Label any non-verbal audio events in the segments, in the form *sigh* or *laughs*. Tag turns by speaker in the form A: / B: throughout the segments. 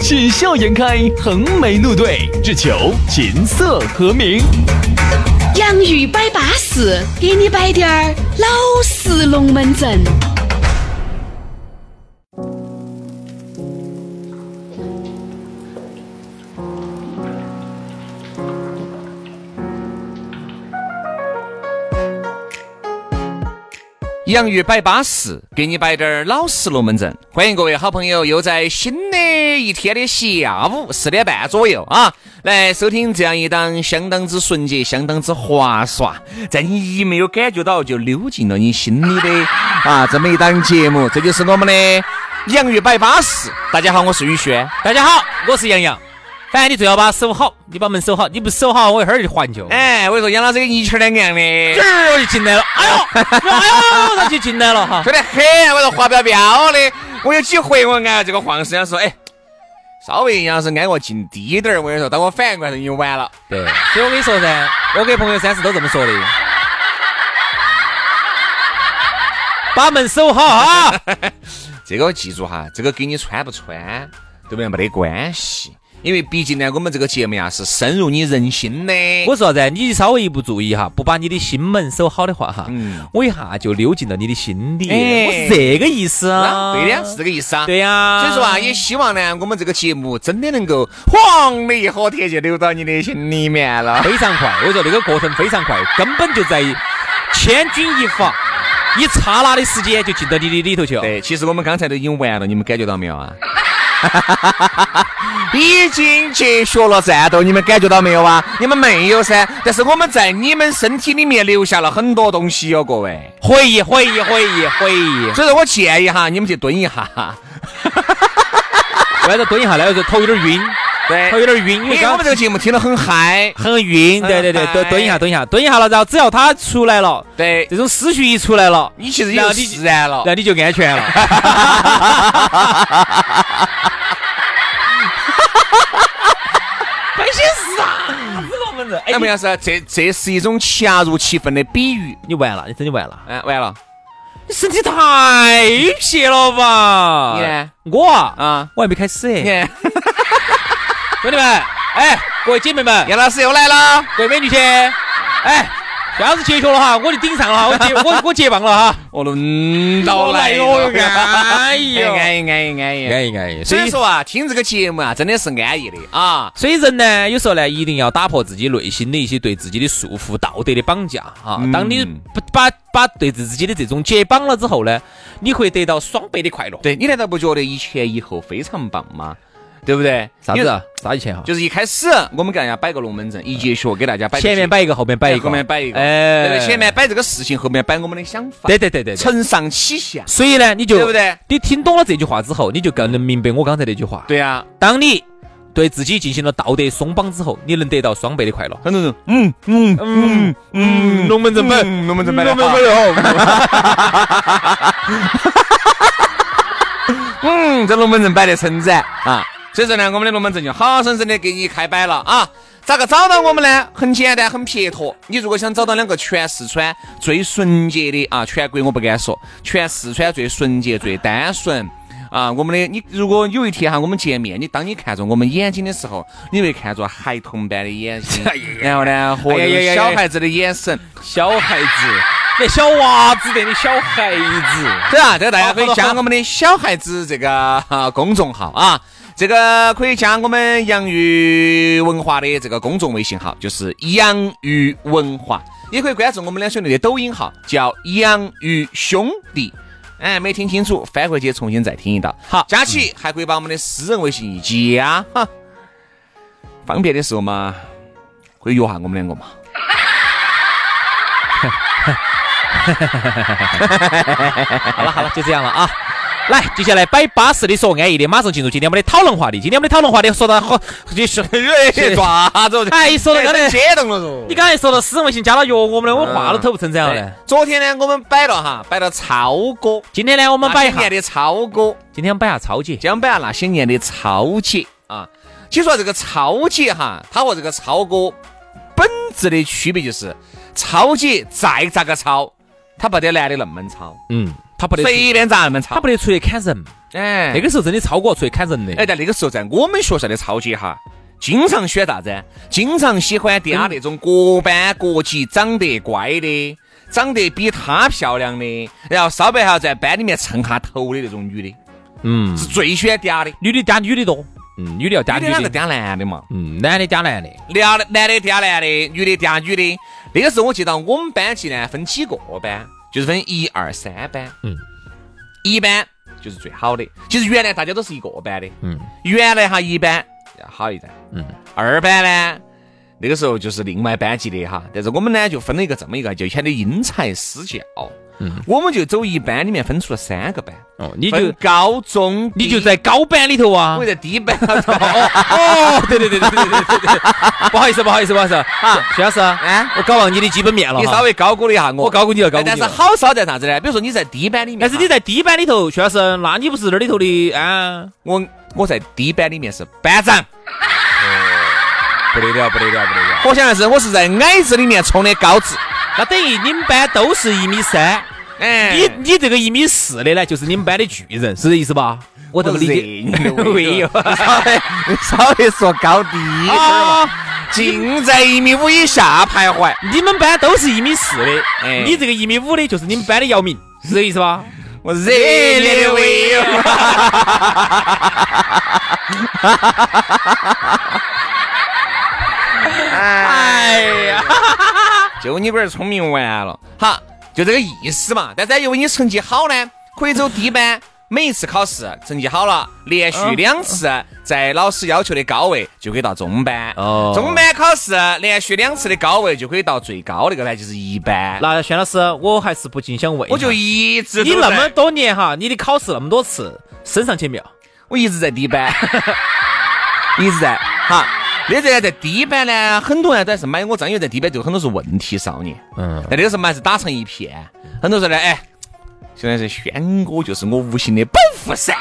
A: 喜笑颜开，横眉怒对，只求琴瑟和鸣。
B: 洋芋摆巴士，给你摆点儿老式龙门阵。
C: 洋芋摆巴适，给你摆点儿老实龙门阵。欢迎各位好朋友，又在新的一天的下午四点半左右啊，来收听这样一档相当之纯洁、相当之划算，在你一没有感觉到就溜进了你心里的啊这么一档节目。这就是我们的洋芋摆巴适。大家好，我是宇轩。
D: 大家好，我是杨洋。反正你最好把它守好，你把门守好，你不守好，我一会儿就还球。
C: 哎，我跟你说，杨老师跟一圈两样的
D: 这。儿我就进来了，哎呦，哎呦，他就进来了
C: *laughs*
D: 哈。
C: 说得很，我说滑标标的。我有几回我挨这个黄师长说，哎，稍微要是挨我近低点儿，我跟你说，当我反应过来的时候，你就完了。
D: 对，所以我跟你说噻，我给朋友三次都这么说的，把门守好啊哈。
C: 这个记住哈，这个跟你穿不穿，对不对？没得关系，因为毕竟呢，我们这个节目呀是深入你人心的。
D: 我说啥子？你稍微一不注意哈，不把你的心门守好的话哈，
C: 嗯
D: 我一下就溜进了你的心里。
C: 哎
D: 我是这个意思
C: 啊
D: 啊。
C: 对的呀，是这个意思啊。
D: 对呀、
C: 所以说啊，也希望呢，我们这个节目真的能够黄的一火铁就流到你的心里面了。
D: 非常快，我说那个过程非常快，根本就在千钧一发，一刹那的时间就进到你的里头去了。
C: 对，其实我们刚才都已经完了，你们感觉到没有啊？ *laughs* 已经结束了战斗，你们感觉到没有啊？你们没有噻，但是我们在你们身体里面留下了很多东西哦哟、各位。
D: 回忆，回忆，回忆，回忆。
C: 所以说我建议哈，你们去蹲一下。
D: 为啥子蹲一下呢？我就头有点晕，
C: 对
D: 头有点晕，因
C: 因
D: 为
C: 哎为我
D: 刚
C: 们这个节目听得很嗨。
D: 很晕。对对对，
C: 哎
D: 蹲蹲一下，蹲一下，蹲一下了，然后只要他出来了，
C: 对，
D: 这种思绪一出来了，
C: 你其实
D: 然
C: 就
D: 后你
C: 释然了。
D: 那你就安全了。摆些啥子龙门阵？哎
C: 那，么样是，这这是一种恰如其分的比喻。
D: 你完了，你真的完了。
C: 哎，
D: *laughs*
C: 完了
D: 你身体太撇了吧？
C: 你呢？
D: 我啊，
C: 啊！
D: 我还没开始。
C: 你看，
D: 兄弟们，哎，各位姐妹们，
C: 杨老师又来了。
D: 各位美女些，哎，下次结学了哈，我就顶上了哈，我结我我结棒了哈。
C: 我轮到来
D: 我
C: 了
D: 来，了哎呦
C: 安逸安逸安逸安逸。
D: 安逸安逸，所
C: 所以
D: 以说，
C: 说啊，听这个节目啊，真的是安逸的啊。
D: 所以人呢，有时候呢，一定要打破自己内心的一些对自己的束缚、道德的绑架啊。当你不把把对自己的这种解绑了之后呢，你会得到双倍的快乐。
C: 对你难道不觉得一前一后非常棒吗？对不对？因为？
D: 啥以啊前哈？
C: 就是一开始我们给大家摆个龙门阵，一节学给大家摆个
D: 前面摆一个，后面摆一个，
C: 后面摆一个，
D: 哎，
C: 对前面摆这个事情，后面摆我们的想法，
D: 对，对对对对。
C: 承上启下，
D: 所以呢，你就
C: 对不？对？
D: 你听懂了这句话之后，你就更能明白我刚才那句话。，
C: 对啊呀，
D: 当你对自己进行了道德松绑之后，你能得到双倍的快乐。
C: 很多人，嗯嗯嗯嗯，
D: 龙门阵摆
C: 嗯龙门阵摆得好，
D: 有？
C: 嗯，这龙门阵摆得称赞啊！所以说呢，我们的龙门阵就好生生的给你开摆了啊！咋个找到我们呢？很简单，很撇脱。你如果想找到两个全四川最纯洁的啊，全国我不敢说，全四川最纯洁、最单纯啊，我们的你，如果有一天哈，我们见面，你当你看着我们眼睛的时候，你会看着孩童般的
D: *laughs*
C: 眼睛，
D: 哎
C: 然后呢，和
D: 哎呀呀呀
C: 那个
D: 呀
C: 小孩子的眼神，
D: 小孩子，那小娃子的，你小孩子。
C: 对啊，这个大家可以
D: 好好
C: 加
D: 好
C: 我们的小孩子这个、啊、公众号啊，这个可以加我们洋芋文化的这个公众微信号，就是洋芋文化，也可以关注我们两兄弟的抖音号，叫洋芋兄弟。哎，没听清楚，翻回去重新再听一道。
D: 好
C: 佳琪还可以把我们的私人微信一加，哈，方便的时候嘛，可以约下我们两个嘛。
D: 好了好了，就这样了啊。来，接下来摆巴适的说安逸的，马上进入今天我们的讨论话题。今天我们的讨论话题说到好， *laughs* 就是
C: 哎抓着，
D: 哎说到刚才
C: 激动了嗦。
D: 你刚才说到私人微信加了药，我们的我话都吐不成这样了。
C: 昨天呢，我们摆了哈，摆了超哥，
D: 今天呢，我们摆一
C: 那些
D: 下
C: 年，的超哥，
D: 今天我们摆一下超哎姐，
C: 将摆下那些年的超姐啊。其实说这个超姐哈，她和这个超哥本质的区别就是，超姐再咋个超，她不得男的那么超，
D: 嗯，她不得出，
C: 随便咋那么
D: 她
C: 超
D: 不。得出去砍人，
C: 哎，
D: 那个时候真的超哥出去砍人的。
C: 哎，但那个时候在我们学校的超姐哈，经常选啥子？经常喜欢嗲
D: 嗯
C: 那种各班各级长得乖的，长得比她漂亮的，然后稍微还要在班里面蹭下头的那种女的，
D: 嗯，
C: 是最喜欢嗲的。
D: 女的嗲女的多，嗯，女的要嗲
C: 女的哪
D: 女
C: 个
D: 的，
C: 嗲男的嘛？
D: 嗯，男的嗲男的，
C: 男的男的嗲男的，女的嗲女的。那个时候我记得我们班级呢分几个班，就是分一二三班。
D: 嗯，
C: 一班就是最好的。其实原来大家都是一个班的。
D: 嗯，
C: 原来哈一班要好一点。
D: 嗯，
C: 二班呢，那个时候就是另外班级的哈。但是我们呢就分了一个这么一个，就显得因材施教。嗯，我们就走一班里面分出了三个班。
D: 哦，你
C: 分
D: 就
C: 高中
D: 你就在高班里头啊
C: 我。在
D: *laughs*
C: 低班。
D: 哦， *laughs* 对对对对对对对对， *laughs* 不好意思不好意思不好意思啊，徐老师，
C: 啊
D: 我搞忘你的基本面了
C: 你
D: 哈
C: 稍微高估了一下我，
D: 我高估你了，高
C: 哎
D: 估
C: 但
D: 你
C: 是
D: 了。
C: 好烧在啥子呢？比如说你在低班里面，
D: 但是你在低班里头，徐老师，那你不是那里头的啊？
C: 我我在低班里面是班长，
D: 哦不得了，不得了，不得了！
C: 可想而知我是在矮子里面冲的高子。
D: 那等于你们班都是一米三，
C: 哎
D: 你你这个一米四的呢，就是你们班的巨人，是这意思吧？我这么理解。 *laughs*
C: 没有，
D: 哎
C: 稍微稍微说高低一
D: 呦
C: 点嘛，尽在一米五以下徘徊。
D: *laughs* 你们班都是一米四的，
C: 哎
D: 你这个一米五的，就是你们班的姚明，是这意思吧？
C: 我热烈的为友，
D: 哎呀，
C: 就你龟儿聪明完了，哈，就这个意思嘛。但是因为你成绩好呢，可以走低班。每一次考试成绩好了，连续两次在老师要求的高位，就可以到中班。
D: 哦
C: 中班考试连续两次的高位，就可以到最高那个班，就是一班。
D: 那轩老师，我还是不禁想问一下，
C: 我就一直
D: 你
C: 都
D: 那
C: 在
D: 么多年哈，你的考试那么多次，升上去没有？
C: 我一直在低班， *laughs* 一直在哈。那这个在低班呢，很多人都还是买我张，因为在低班就很多是问题少年，
D: 嗯，
C: 但那个时候嘛还是打成一片，很多人说呢，哎，现在是轩哥就是我无形的保护伞，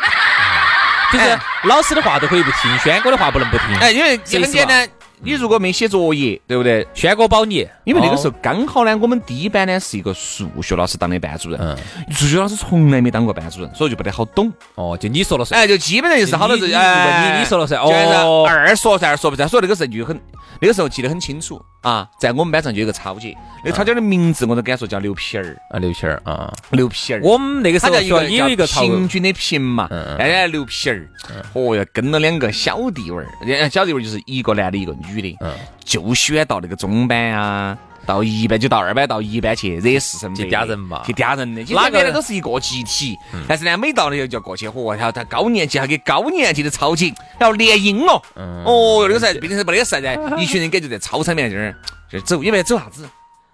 D: 就是老师的话都可以不听，轩哥的话不能不听。
C: 哎哎，因为
D: 这
C: 很
D: 意思吧
C: 简单，你如果没写作业，对不对？
D: 轩哥保你，
C: 因为那个时候
D: 哦
C: 刚好呢，我们第一班呢是一个数学老师当的班主
D: 嗯
C: 任，数学老师从来没当过班主任，所以就不得好懂。
D: 哦，就你说了算。
C: 哎，就基本上就是好多
D: 你
C: 是
D: 你
C: 哎，
D: 你你说了算
C: 就
D: 哦
C: 是二说噻，二说不噻，所以那个时候就很，那个时候记得很清楚啊，在我们班上就有个超姐，那个超姐的名字我都敢说叫刘皮儿，
D: 啊，刘谦儿啊，
C: 刘皮儿。
D: 我们那个时
C: 他
D: 候
C: 叫
D: 学
C: 嗯一
D: 校
C: 个
D: 也有一个嗯
C: 叫
D: 潮
C: 平均的平嘛，哎，刘皮儿，
D: 嗯
C: 哦哟，跟了两个小弟娃儿，人家小弟娃儿就是一个男的，一个女的，
D: 嗯
C: 就喜欢到那个中班啊，到一班就到二班，到一班去惹是生非，
D: 去嗲人嘛
C: 去嗲人的，
D: 哪
C: 哪
D: 个嗯
C: 边的都是一个集体，但是呢，每到那就要过去，嚯，然后他高年级还给高年级的超紧，然后联姻了，
D: 嗯
C: 哦哟，那个时候毕竟是没得事噻，一群人感觉在操场里面就是就是走，也不知道走啥子。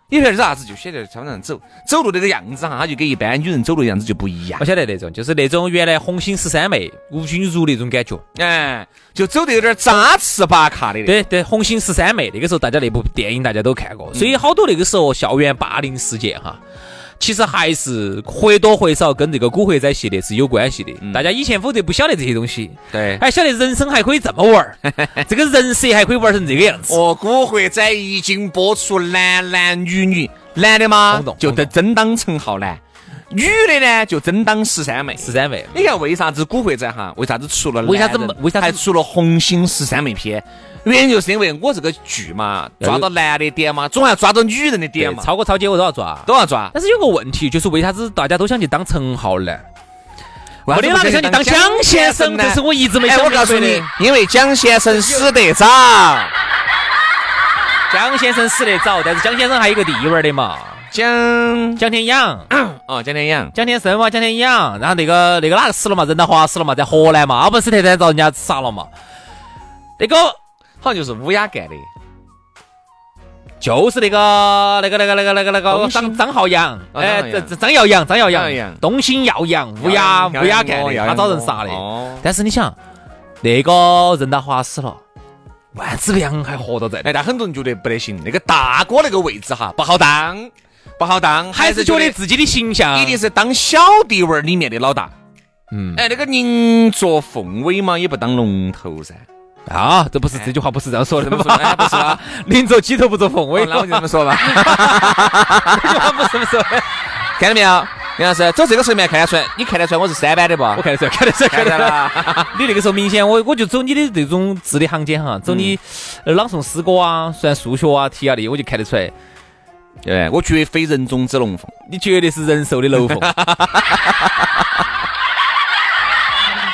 C: 也不晓得走啥子，就选在操场上走，走路那个样子哈，他就跟一般女人走路的样子就不一样
D: 我。晓得那种，就是那种原来红星十三妹、吴君如的那种感觉。
C: 哎，就走得有点扎刺拔卡的。，
D: 对对，红星十三妹那个时候大家那部电影大家都看
C: 嗯
D: 过，所以好多那个时候校园霸凌事件哈，其实还是或多或少跟这个古惑仔系列是有关系的。大家以前否则不晓得这些东西，
C: 嗯
D: 哎
C: 对
D: 还晓得人生还可以这么玩儿，
C: *laughs*
D: 这个人设还可以玩成这个样子。
C: 哦，《古惑仔》一经播出，男男女女，男的嘛
D: 轰动
C: 就
D: 轰
C: 得
D: 动
C: 真当陈浩南，女的呢就真当十三妹。
D: 十三妹，
C: 你看为啥子《古惑仔》哈？为啥子出了男人？
D: 为啥子为啥子
C: 还出了《红星十三妹》篇？原因就是因为我这个剧嘛，
D: 要
C: 抓
D: 哎有
C: 到男的点嘛，总要抓到女人的点
D: 对，
C: 嘛，
D: 超哥超姐我都要抓。
C: 都要抓。
D: 但是有个问题，就是为啥子大家都想去当陈浩南？
C: 为啥
D: 没
C: 子
D: 得
C: 不
D: 哪个想去当
C: 去江
D: 江先生，
C: 呢
D: 这是我一直没
C: 哎，
D: 想
C: 我
D: 明白
C: 告诉你
D: 的，
C: 因为江先生死得早。
D: 江先生死得早，但是江先生还有一个地位儿的嘛，
C: 江
D: 江天养。
C: 哦，江天养。
D: 江天生嘛，江天养，然后那个那个哪个死了嘛？任达华死了嘛，在河南嘛，阿本斯特丹遭人家杀了嘛。那个
C: 好像就是乌鸦干的，
D: 就是那个那个那个那个那个那个
C: 东兴
D: 张张浩洋，
C: 啊
D: 哎
C: 张，浩
D: 这
C: 洋
D: 这张耀扬，张耀
C: 张耀
D: 扬
C: 扬，
D: 东兴耀扬，乌鸦
C: 阳
D: 乌鸦干
C: 干
D: 的，他找人杀的。
C: 哦，
D: 但是你想，那个任达华死了，万梓良还活着在
C: 哎，，但很多人觉得不得行，那个大哥那个位置哈不好当，不好当，
D: 还是觉得
C: 自
D: 自己的形象啊
C: 一定是当小弟娃儿里面的老大。
D: 嗯
C: 哎，那个宁做凤尾嘛，也不当龙头噻。
D: 啊，这不是这句话不是这样说的
C: 怎么说
D: 吧？
C: 哎不是吧？
D: *laughs* 宁做鸡头不做凤尾
C: 哦，那我就
D: *laughs*
C: 这么说吧，
D: 不是不是，
C: 看到没有，杨老师，走这个侧面看得出来，你看得出来我是三班的不？
D: 我看得出来，看得出来，
C: 看
D: 看得
C: 到
D: 出来。
C: 了，
D: 你那个时候明显，我我就走你的这种字里行间哈，走
C: 嗯
D: 你呃朗诵诗歌啊，算数学啊、题啊的，我就看得出来，
C: 对，哎我绝非人中之龙凤。
D: 你绝对是人兽的楼缝。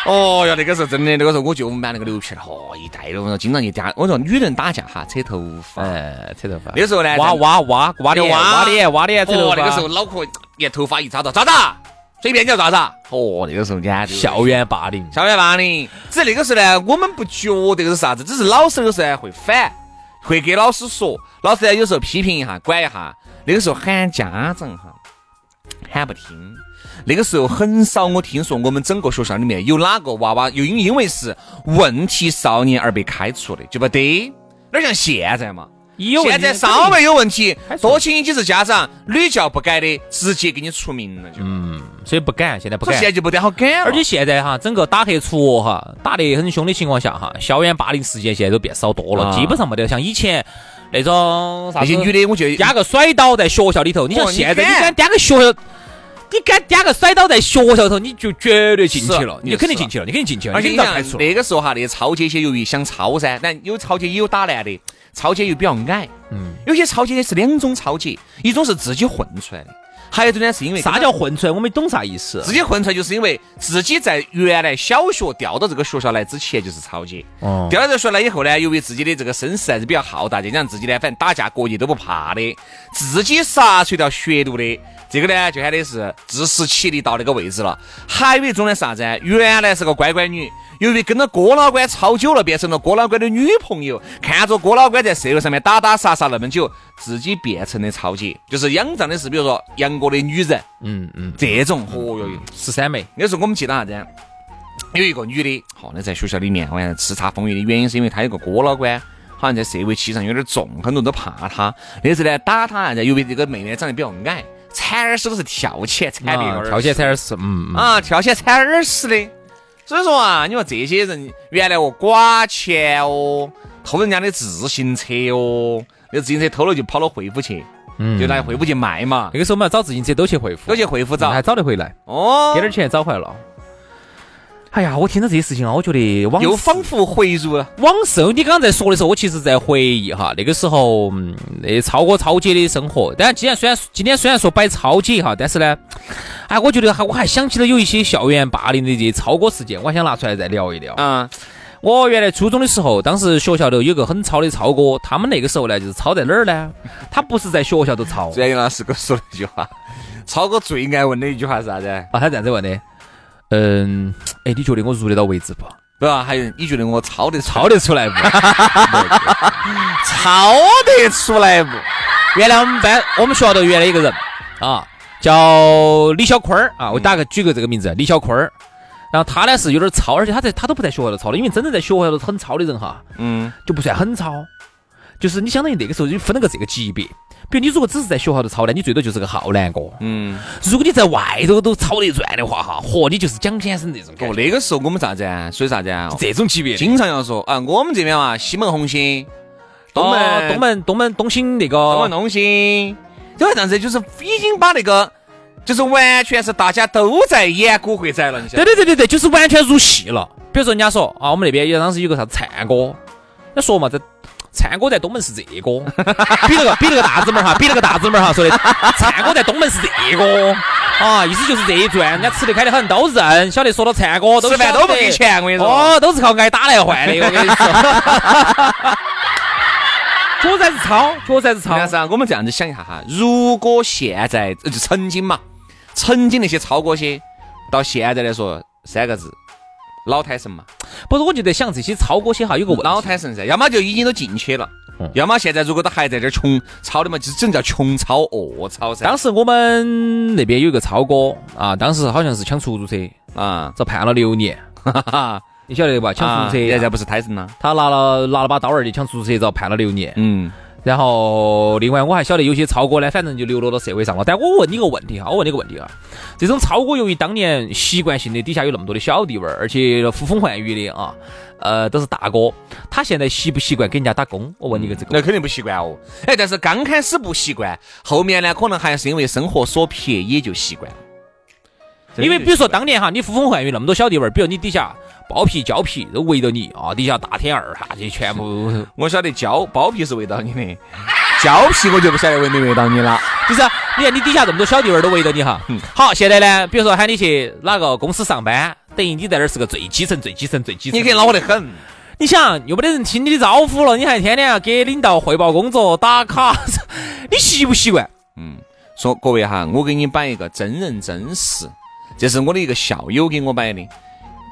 C: 哦哟，那个时候真的，那个时候我舅母买那个牛皮儿，嚯，一戴了，我说经常一打，我说女人打架哈，扯头发。
D: *laughs* 哎，扯头发。
C: 那时候呢
D: 挖
C: 咱
D: 挖挖挖脸，
C: 就挖
D: 挖脸，挖脸，扯头
C: 哦
D: 发。，
C: 那个时候脑壳连头发一扎到，咋子？随便你要咋子？哦，那个时候简直
D: 校园霸凌，
C: 校园霸凌。只是那个时候呢，我们不觉得是啥子，只是老师那个时候呢会反，会给老师说，老师呢有时候批评一下，管一下。那个时候喊家长哈，喊不听。那个时候很少，我听说我们整个学校里面有哪个娃娃又因因为是问题少年而被开除的，就不得。哪像现在嘛？
D: 有
C: 现在稍微有问题，多请你几次家长，屡教不改的，直接给你除名了就。
D: 所以不敢，现在嗯不
C: 所以
D: 敢
C: 现。在就不得好改了。
D: 而且现在哈，整个打黑除恶哈，打得很凶的情况下哈，校园霸凌事件现在都变少多了，
C: 啊
D: 基本上没得像以前那种啥
C: 那
D: 子
C: 些女的，我觉得
D: 颠个甩倒在学校里头，你像
C: 哦你
D: 现在你
C: 敢
D: 敢颠个学校，你敢颠个甩倒在学校里头，你就绝对进去了
C: 是，啊
D: 你就肯定
C: 是
D: 进去了，你肯定进去了，
C: 而且
D: 你
C: 你
D: 肯定遭开
C: 看
D: 除了。
C: 那个时候哈，那些超姐些由于想超噻，但有超姐也有打男的，超姐又比较矮。嗯，有些超姐是两种超姐，一种是自己混出来的，还有一种呢是因为
D: 啥叫混出来？我没懂啥意思
C: 自。己混出来，就是因为自己在原来小学调到这个学校来之前就是超姐，
D: 哦
C: 调到这个学校来以后呢，由于自己的这个身世还是比较好大，再加上自己呢，反正打架过节都不怕的，自己杀出一条血路的。这个呢，就喊的是自食其力到那个位置了。还有一种呢，啥子啊？原来是个乖乖女，由于跟着郭老倌超久了，变成了郭老倌的女朋友，看着郭老倌在社会上面打打杀杀那么久，自己变成的超姐，就是仰仗的是比如说杨过的女人
D: 嗯嗯，
C: 这种。哦哟哟，
D: 十三妹，
C: 那时候我们记得啥子啊？有一个女的，好、那在学校里面好像叱咤风云的原因是因为她有个哥老倌，好像在社会气上有点重，很多人都怕她。那时候呢，打她，然后由于这个妹妹长得比较矮，铲耳屎都是跳起来铲别个
D: 啊
C: 耳屎，
D: 跳起来才是嗯嗯
C: 啊，跳起来铲耳屎的。所以说啊，你说这些人原来哦剐钱哦，偷人家的自行车哦，那自行车偷了就跑到惠府去，
D: 嗯，
C: 就拿惠府去卖嘛
D: 那，个时候我们要找自行车都去恢复，
C: 都去惠府
D: 嗯还
C: 找。
D: 找得回来，
C: 哦
D: 给，点钱找回来了。哎呀，我听到这些事情啊，我觉得往
C: 又仿佛回入了。
D: 往事，你刚刚在说的时候，我其实在回忆哈，那个时候嗯那超哥超姐的生活。当然，既然虽然今天虽然说摆超姐哈，但是呢，哎，我觉得还我还想起了有一些校园霸凌的这些超哥事件，我还想拿出来再聊一聊。
C: 啊、
D: 我原来初中的时候，当时学校头有个很超的超哥，他们那个时候呢，就是超在哪儿呢？他不是在学校头超，
C: 虽然杨老师跟我说了一句话，超哥最爱问的一句话是啥子？
D: 啊，他这样子问的，嗯，哎，你觉得我入得到位置不？
C: 对吧？还有，你觉得我抄得
D: 超得出来不？
C: 抄得出来不？
D: 原来我们班我们学校头原来有个人啊，叫李小坤儿啊，我打个举个这个名字，李小坤儿。然后他呢是有点糙，而且他在他都不在学校头糙的，因为真正在学校头很糙的人哈，
C: 嗯，
D: 就不算很糙，就是你相当于那个时候就分了个这个级别。比如你如果只是在学校头糙呢，你最多就是个浩南哥；
C: 嗯，
D: 如果你在外头都糙得转的话哈，嚯，你就是蒋先生那种感
C: 哦，
D: 觉，
C: 那个时候我们啥子啊？所以啥子啊？
D: 这种级别的。
C: 经常要说啊，我们这边嘛，西门红星，东
D: 哦
C: 门、
D: 东门东门东兴那
C: 东
D: 个
C: 门东兴，就这样子，就是已经把那个，就是完全是大家都在演古惑仔了，你晓
D: 对
C: 得？
D: 对对对对，就是完全入戏了。比如说人家说啊，我们那边有当时有个啥子灿哥，要说嘛，这灿哥在东门是这个，比那个比那个大姊妹儿哈，比那个大姊妹儿哈说的，灿哥在东门是这个。啊，意思就是这一转，人家吃得开得很，都认，晓得说到灿哥，都
C: 吃饭
D: 晓得
C: 都不给钱，我跟你说。
D: 哦，都是靠挨打来换的，我 *laughs* 跟你说。确实还是糙，确实还是
C: 但
D: 糙。
C: 是啊，我们这样子想一下哈，如果现在呃就曾经嘛，曾经那些超哥些，到现在来说三个字，老胎神嘛，
D: 不是，我就在想这些超哥些哈，有个问
C: 老
D: 题，
C: 胎神噻，要么就已经都进去了，要么现在如果他还在这儿穷操的嘛，就只能叫穷操恶操噻。
D: 当时我们那边有一个超哥啊，当时好像是抢出租车，
C: 啊，
D: 遭判了六年，
C: 哈哈，
D: 你晓得吧？抢出租车，
C: 现在不是胎神了？
D: 他拿了拿了把刀儿就抢出租车，遭判了六年。
C: 嗯，
D: 然后，另外我还晓得有些超哥呢，反正就流落到社会上了。但我问你个问题哈，我问你个问题啊，这种超哥由于当年习惯性的底下有那么多的小弟们儿，而且呼风唤雨的啊，呃，都是大哥，他现在习不习惯给人家打工？我问你个这个
C: 那
D: 问题，
C: 肯定不习惯哦。哎，但是刚开始不习惯，后面呢，可能还是因为生活所迫，也就习惯了。
D: 因为比如说当年哈，你呼风唤雨那么多小弟们儿，比如你底下包皮、胶皮都围着你啊，底下大天二哈，这全部
C: 我晓得胶包皮是围到你的，胶皮我就不晓得围没围到你了。
D: 就是你看你底下这么多小弟们儿都围着你哈。好，现在呢，比如说喊你去哪个公司上班，等于你在那儿是个最基层、最基层、最基层。
C: 你给恼火得很，
D: 你想，又没得人听你的招呼了，你还天天要给领导汇报工作、打卡， *laughs* 你习不习惯？
C: 说各位哈，我给你摆一个真人真事，这是我的一个校友给我摆的，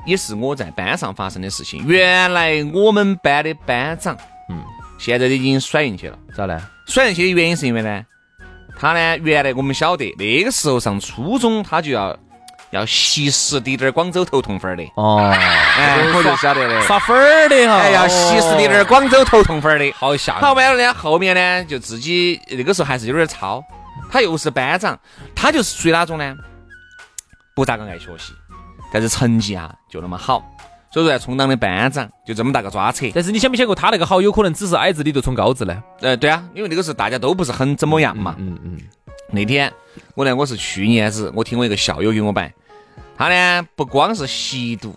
C: 也是我在班上发生的事情。原来我们班的班长，嗯，现在已经甩进去了。
D: 咋呢？
C: 甩进去的原因是因为呢，他呢原来我们晓得那个时候上初中他就要要吸食滴点儿广州头痛粉儿的，
D: 哦，
C: 哎，我就晓得的，
D: 耍粉儿的哈，哦
C: 哎，要吸食滴点儿广州头痛粉儿的。
D: 好吓
C: 好
D: 人。
C: 啊完了呢，后面呢就自己那个时候还是有点糙，他又是班长，他就是属于哪种呢？不咋个爱学习，但是成绩啊就那么好，所以说要充当的班长就这么大个抓扯。
D: 但是你想没想过，他那个好有可能只是矮子里头冲高子呢？
C: 呃，对啊，因为那个时候大家都不是很怎么样嘛。
D: 嗯嗯，
C: 那天我呢，我是去年子，我听我一个校友给我摆，他呢不光是吸毒、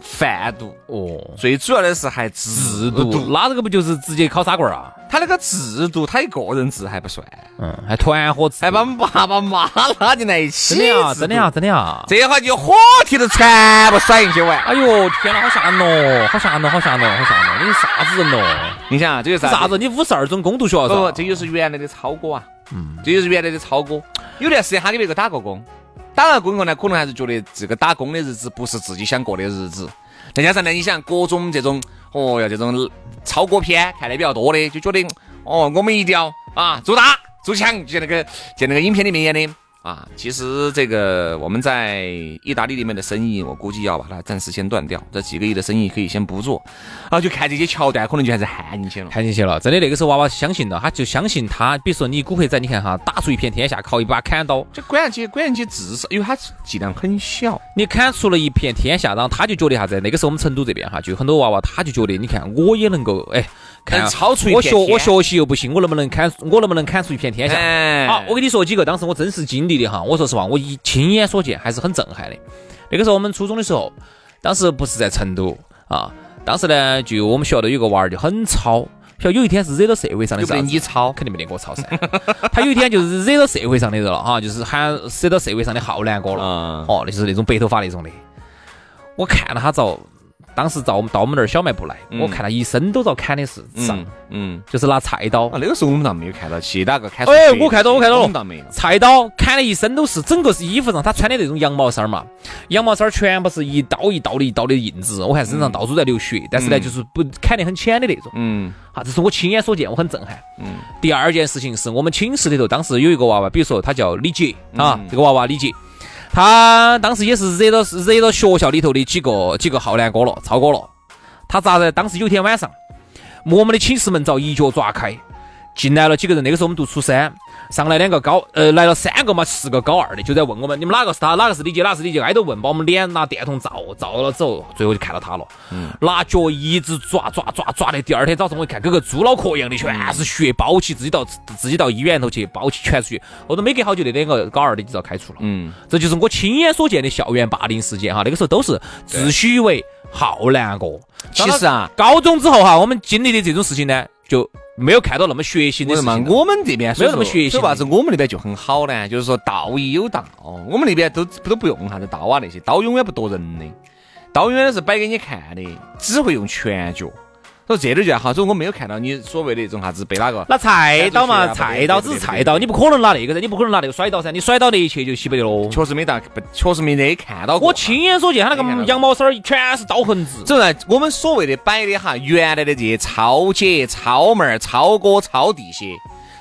C: 贩毒，
D: 哦，
C: 最主要的是还自
D: 制度，那这个不就是直接烤砂棍儿啊？
C: 他那个制毒，他一个人治还不算，
D: 嗯，还团伙制
C: 还把我们爸爸妈拉进来一起
D: 真的呀，
C: 制毒
D: 真的呀，，真的呀。
C: 这下就火气都全部甩进去玩。
D: 哎呦，天哪，好吓人哦，好吓人哦，好吓人哦，好吓人哦！你是啥子人哦？
C: 你想啊，这就是
D: 啥？子？你五十二中工读学校
C: 不不，
D: 噻？
C: 这就是原来的超哥啊，这就是原来的超哥。有段时间他给别个打过工，打了工以后呢，可能还是觉得这个打工的日子不是自己想过的日子。再加上呢，你想各种这种，哦哟，这种超哥片看的比较多的，就觉得哦，我们一定要啊做大做强，就像那个就那个影片里面演的。啊，其实这个我们在意大利里面的生意，我估计要把它暂时先断掉，这几个亿的生意可以先不做，啊，就看这些桥段，可能就还是喊进去了。
D: 看进去了，真的那个时候娃娃相信了，他就相信他。比如说你古惑仔，你看哈，打出一片天下，靠一把砍刀，
C: 这关键节，关键节至少，因为它剂量很小，
D: 你砍出了一片天下，然后他就觉得啥子？那个时候我们成都这边哈，就很多娃娃，他就觉得，你看我也能够，哎，看
C: 能超出一
D: 我
C: 片
D: 学我
C: 天
D: 学习又不行，我能不能砍？我能不能砍出一片 *laughs* 天下？
C: 哎
D: 好，我跟你说几个当时我真实经历的哈，我说实话，我一亲眼所见还是很震撼的。那个时候我们初中的时候，当时不是在成都啊，当时呢就我们学校的有个娃儿就很糙，晓得有一天是惹到社会上的
C: 又不
D: 啥
C: 得
D: 子？
C: 你抄，
D: 肯定没得我操噻。他有一天就是惹到社会上的人了哈，就是喊惹到社会上的浩南哥了。
C: 嗯
D: 哦，那就是那种白头发那种的。我看到他遭，当时遭我们到我们那儿小卖部来，
C: 嗯
D: 我看他一身都遭砍的是伤，
C: 嗯嗯，
D: 就是拿菜刀
C: 啊，，那个时候我们倒没有看到其他个开始
D: 哎
C: 学习
D: 我看到我看到了
C: 我们倒没有，
D: 菜刀砍的一身都是，整个是衣服上他穿的那种羊毛衫儿嘛，羊毛衫儿全部是一刀一刀的一刀的印子，我看身上到处在流血，但是呢，
C: 嗯
D: 就是不砍得很浅的那种。
C: 嗯
D: 啊，这是我亲眼所见，我很震撼。
C: 嗯，
D: 第二件事情是我们寝室里头，当时有一个娃娃，比如说他叫李杰啊
C: 嗯，
D: 这个娃娃李杰，他当时也是惹到惹到学校里头的几个几个浩南哥了，超哥了。他咋的？当时有一天晚上，我们的寝室门遭一脚抓开，进来了几个人。那个时候我们读初三，上来两个高，呃，来了三个嘛，四个高二的就在问我们，你们哪个是他，哪个是李杰，哪个是李杰，挨着问，把我们脸拿电筒照，照了之后，最后就看到他了，拿脚一直抓抓抓抓的。第二天早上我一看，跟个猪脑壳一样的，全是血，包起，自己到自己到医院头去包起，全是血。后头没隔好久，那两个高二的就遭开除了。
C: 嗯，
D: 这就是我亲眼所见的校园霸凌事件哈，那个时候都是自诩为浩南哥。
C: 其实啊，
D: 高中之后哈，我们经历的这种事情呢，就没有看到那么血腥的
C: 为
D: 事
C: 什么
D: 情了。
C: 我们这边
D: 没有那么学习
C: 所以为啥子我们那边就很好呢？就是说道义有道，我们那边都都不用啥子刀啊那些，刀永远不夺人的，刀永远是摆给你看的，只会用拳脚。所以这点就要好，所以我没有看到你所谓的一种啥子被哪个。
D: 拿菜刀嘛，
C: 拿出去啊
D: 菜刀只是菜刀，你不可能拿那个噻，你不可能拿那个甩刀噻，你甩刀那一切就稀巴得了。
C: 确实没到，不确实没得看到过。
D: 我亲眼所见，他那
C: 没看到
D: 个
C: 过
D: 羊毛衫儿全是刀痕子。
C: 走在我们所谓的摆的哈，原来的这些超姐、超妹儿、超哥、超弟些，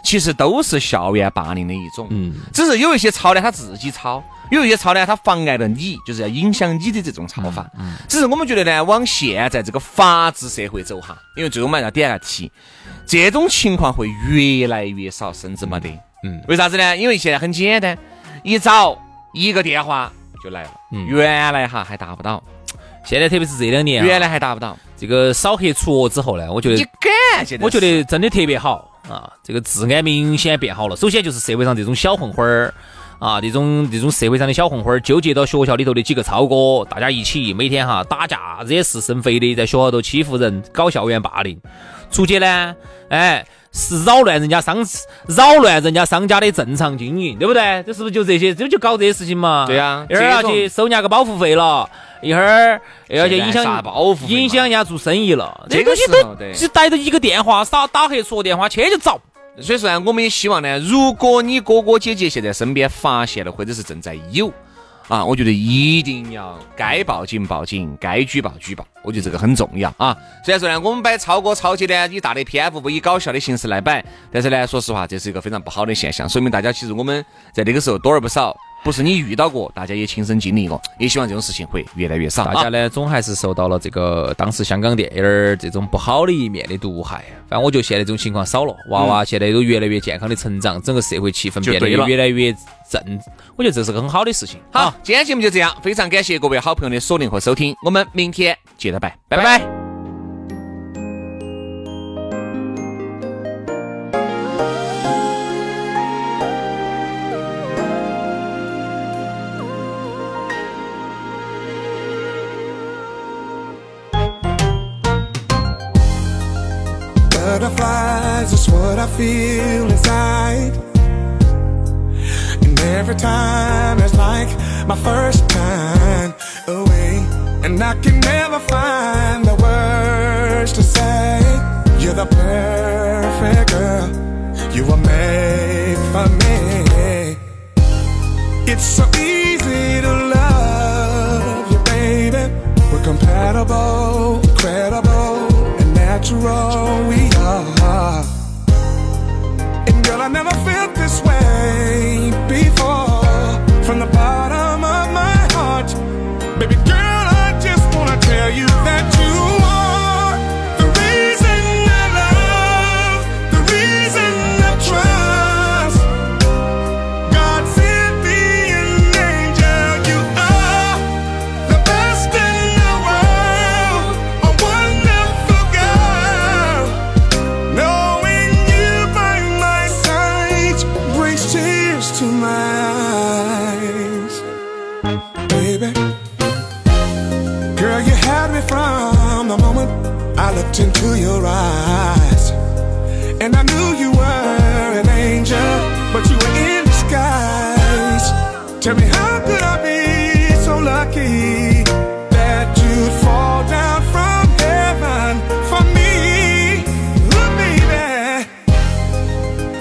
C: 其实都是校园霸凌的一种。嗯，只是有一些超呢，他自己超；有一些超呢，他妨碍了你，就是要影响你的这种超法。只是我们觉得呢，往现在这个法治社会走哈，因为最后我们要点下题，这种情况会越来越少，甚至没得。嗯，为啥子呢？因为现在很简单，一找一个电话就来了。原来哈还达不到，
D: 现在特别是这两年啊，
C: 原来还达不到。
D: 这个扫黑除恶之后呢，我觉
C: 你
D: 得
C: 敢？现在
D: 我觉得真的特别好啊，这个治安明显变好了。首先就是社会上这种小混混儿。啊，这种这种社会上的小混混儿纠结到学校里头的几个超哥，大家一起每天哈打架惹是生非的，在学校头欺负人，搞校园霸凌。出去呢，哎，是扰乱人家商扰乱人家商家的正常经营，对不对？这是不是就这些？这就搞这些事情嘛。
C: 对呀
D: 一会儿要啊
C: 这种
D: 去收人家个保护费了，一会儿又要去影
C: 现在啥
D: 响
C: 保护费嘛
D: 影响人家做生意了。
C: 这个
D: 东西
C: 时候对
D: 都只逮到一个电话，打打黑说电话，去就遭。
C: 得，所以说呢，我们也希望呢，如果你哥哥姐姐现在身边发现了，或者是正在有，啊，我觉得一定要该报警报警，该举报举报，我觉得这个很重要啊。虽然说呢，我们摆超哥超姐呢，以大的篇幅不以搞笑的形式来摆，但是呢，说实话，这是一个非常不好的现象，说明大家其实我们在那个时候多而不少。不是你遇到过，大家也亲身经历过，也希望这种事情会越来越少。啊
D: 大家呢，总还是受到了这个当时香港电影儿这种不好的一面的毒害。啊反正我觉得现在这种情况少了，娃娃现在都越来越健康的成长，整个社会气氛
C: 就
D: 变得
C: 对了
D: 越来越正，我觉得这是个很好的事情。啊
C: 好，，今天节目就这样，非常感谢各位好朋友的锁定和收听，我们明天接着拜，拜拜。
E: Butterflies is what I feel inside. And every time it's like my first time away. And I can never find the words to say. You're the perfect girl. You were made for me. It's so easy to love you, baby. We're compatible, credible, and natural. We are. And girl, I never felt this way before. From the bottom of my heart, baby girl, I just wanna tell you that you are the reason I love, the reason I trust. God sent me an angel. You are the best in the world, a wonderful girl. Knowing you by my side brings tears to my eyes, baby. Girl, you had me from the moment I looked into your eyes. And I knew you were an angel, but you were in disguise. Tell me, how could I be so lucky that you'd fall down from heaven for me? Look, baby.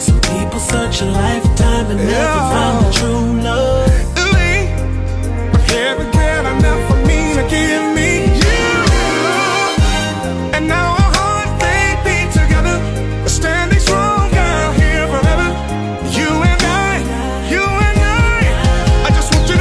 F: Some people search a lifetime and never
E: Yeah.
F: find the true love.
E: Ooh-wee. But heaven cared enough for me to give me you. And now our hearts, they beat together. We're Standing strong, girl, here forever. You and I, you and I. I just want you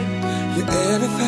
E: anything